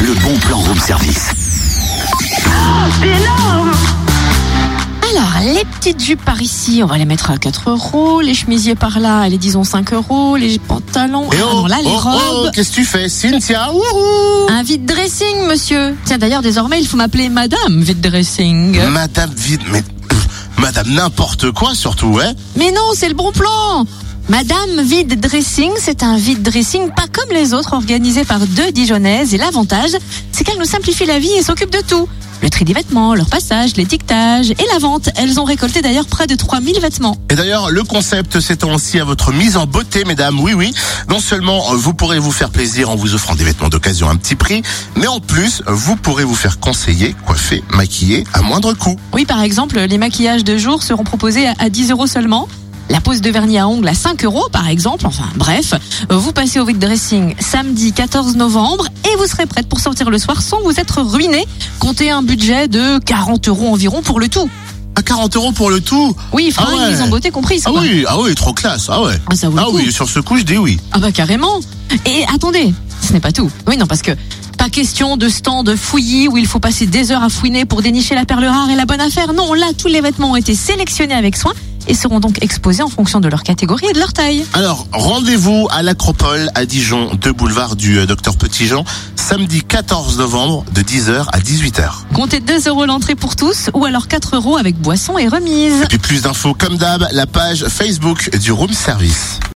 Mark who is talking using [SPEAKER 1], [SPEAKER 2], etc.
[SPEAKER 1] le bon plan room service.
[SPEAKER 2] Alors, les petites jupes par ici, on va les mettre à 4 euros. Les chemisiers par là, les disons 5 euros. Les pantalons, ah non, là, les
[SPEAKER 3] oh, oh,
[SPEAKER 2] robes.
[SPEAKER 3] qu'est-ce que tu fais, Cynthia Wouhou
[SPEAKER 2] Un vide dressing, monsieur. Tiens, d'ailleurs, désormais, il faut m'appeler Madame vide dressing.
[SPEAKER 3] Madame vide, mais pff, Madame n'importe quoi surtout, hein
[SPEAKER 2] Mais non, c'est le bon plan Madame Vide Dressing, c'est un vide dressing pas comme les autres organisé par deux Dijonnaises et l'avantage, c'est qu'elles nous simplifient la vie et s'occupent de tout. Le tri des vêtements, leur passage, l'étiquetage et la vente. Elles ont récolté d'ailleurs près de 3000 vêtements.
[SPEAKER 3] Et d'ailleurs, le concept s'étend aussi à votre mise en beauté, mesdames. Oui, oui. Non seulement euh, vous pourrez vous faire plaisir en vous offrant des vêtements d'occasion à un petit prix, mais en plus, euh, vous pourrez vous faire conseiller, coiffer, maquiller à moindre coût.
[SPEAKER 2] Oui, par exemple, les maquillages de jour seront proposés à- à 10 euros seulement. La pose de vernis à ongles à 5 euros, par exemple. Enfin, bref, vous passez au vide dressing samedi 14 novembre et vous serez prête pour sortir le soir sans vous être ruiné. Comptez un budget de 40 euros environ pour le tout.
[SPEAKER 3] À 40 euros pour le tout
[SPEAKER 2] Oui, fringues,
[SPEAKER 3] Ah ouais.
[SPEAKER 2] ils ont beauté comprise.
[SPEAKER 3] Ah
[SPEAKER 2] quoi.
[SPEAKER 3] oui, ah oui, trop classe, ah ouais.
[SPEAKER 2] Ah, ça vaut le
[SPEAKER 3] Ah
[SPEAKER 2] coup.
[SPEAKER 3] oui, sur ce coup, je dis oui.
[SPEAKER 2] Ah bah carrément. Et attendez, ce n'est pas tout. Oui non parce que pas question de stand fouillis où il faut passer des heures à fouiner pour dénicher la perle rare et la bonne affaire. Non, là tous les vêtements ont été sélectionnés avec soin et seront donc exposés en fonction de leur catégorie et de leur taille.
[SPEAKER 3] Alors, rendez-vous à l'Acropole à Dijon, 2 boulevard du euh, docteur Petitjean, samedi 14 novembre de 10h à 18h.
[SPEAKER 2] Comptez 2 euros l'entrée pour tous ou alors 4 euros avec boisson et remise.
[SPEAKER 3] Et puis plus d'infos comme d'hab, la page Facebook du Room Service.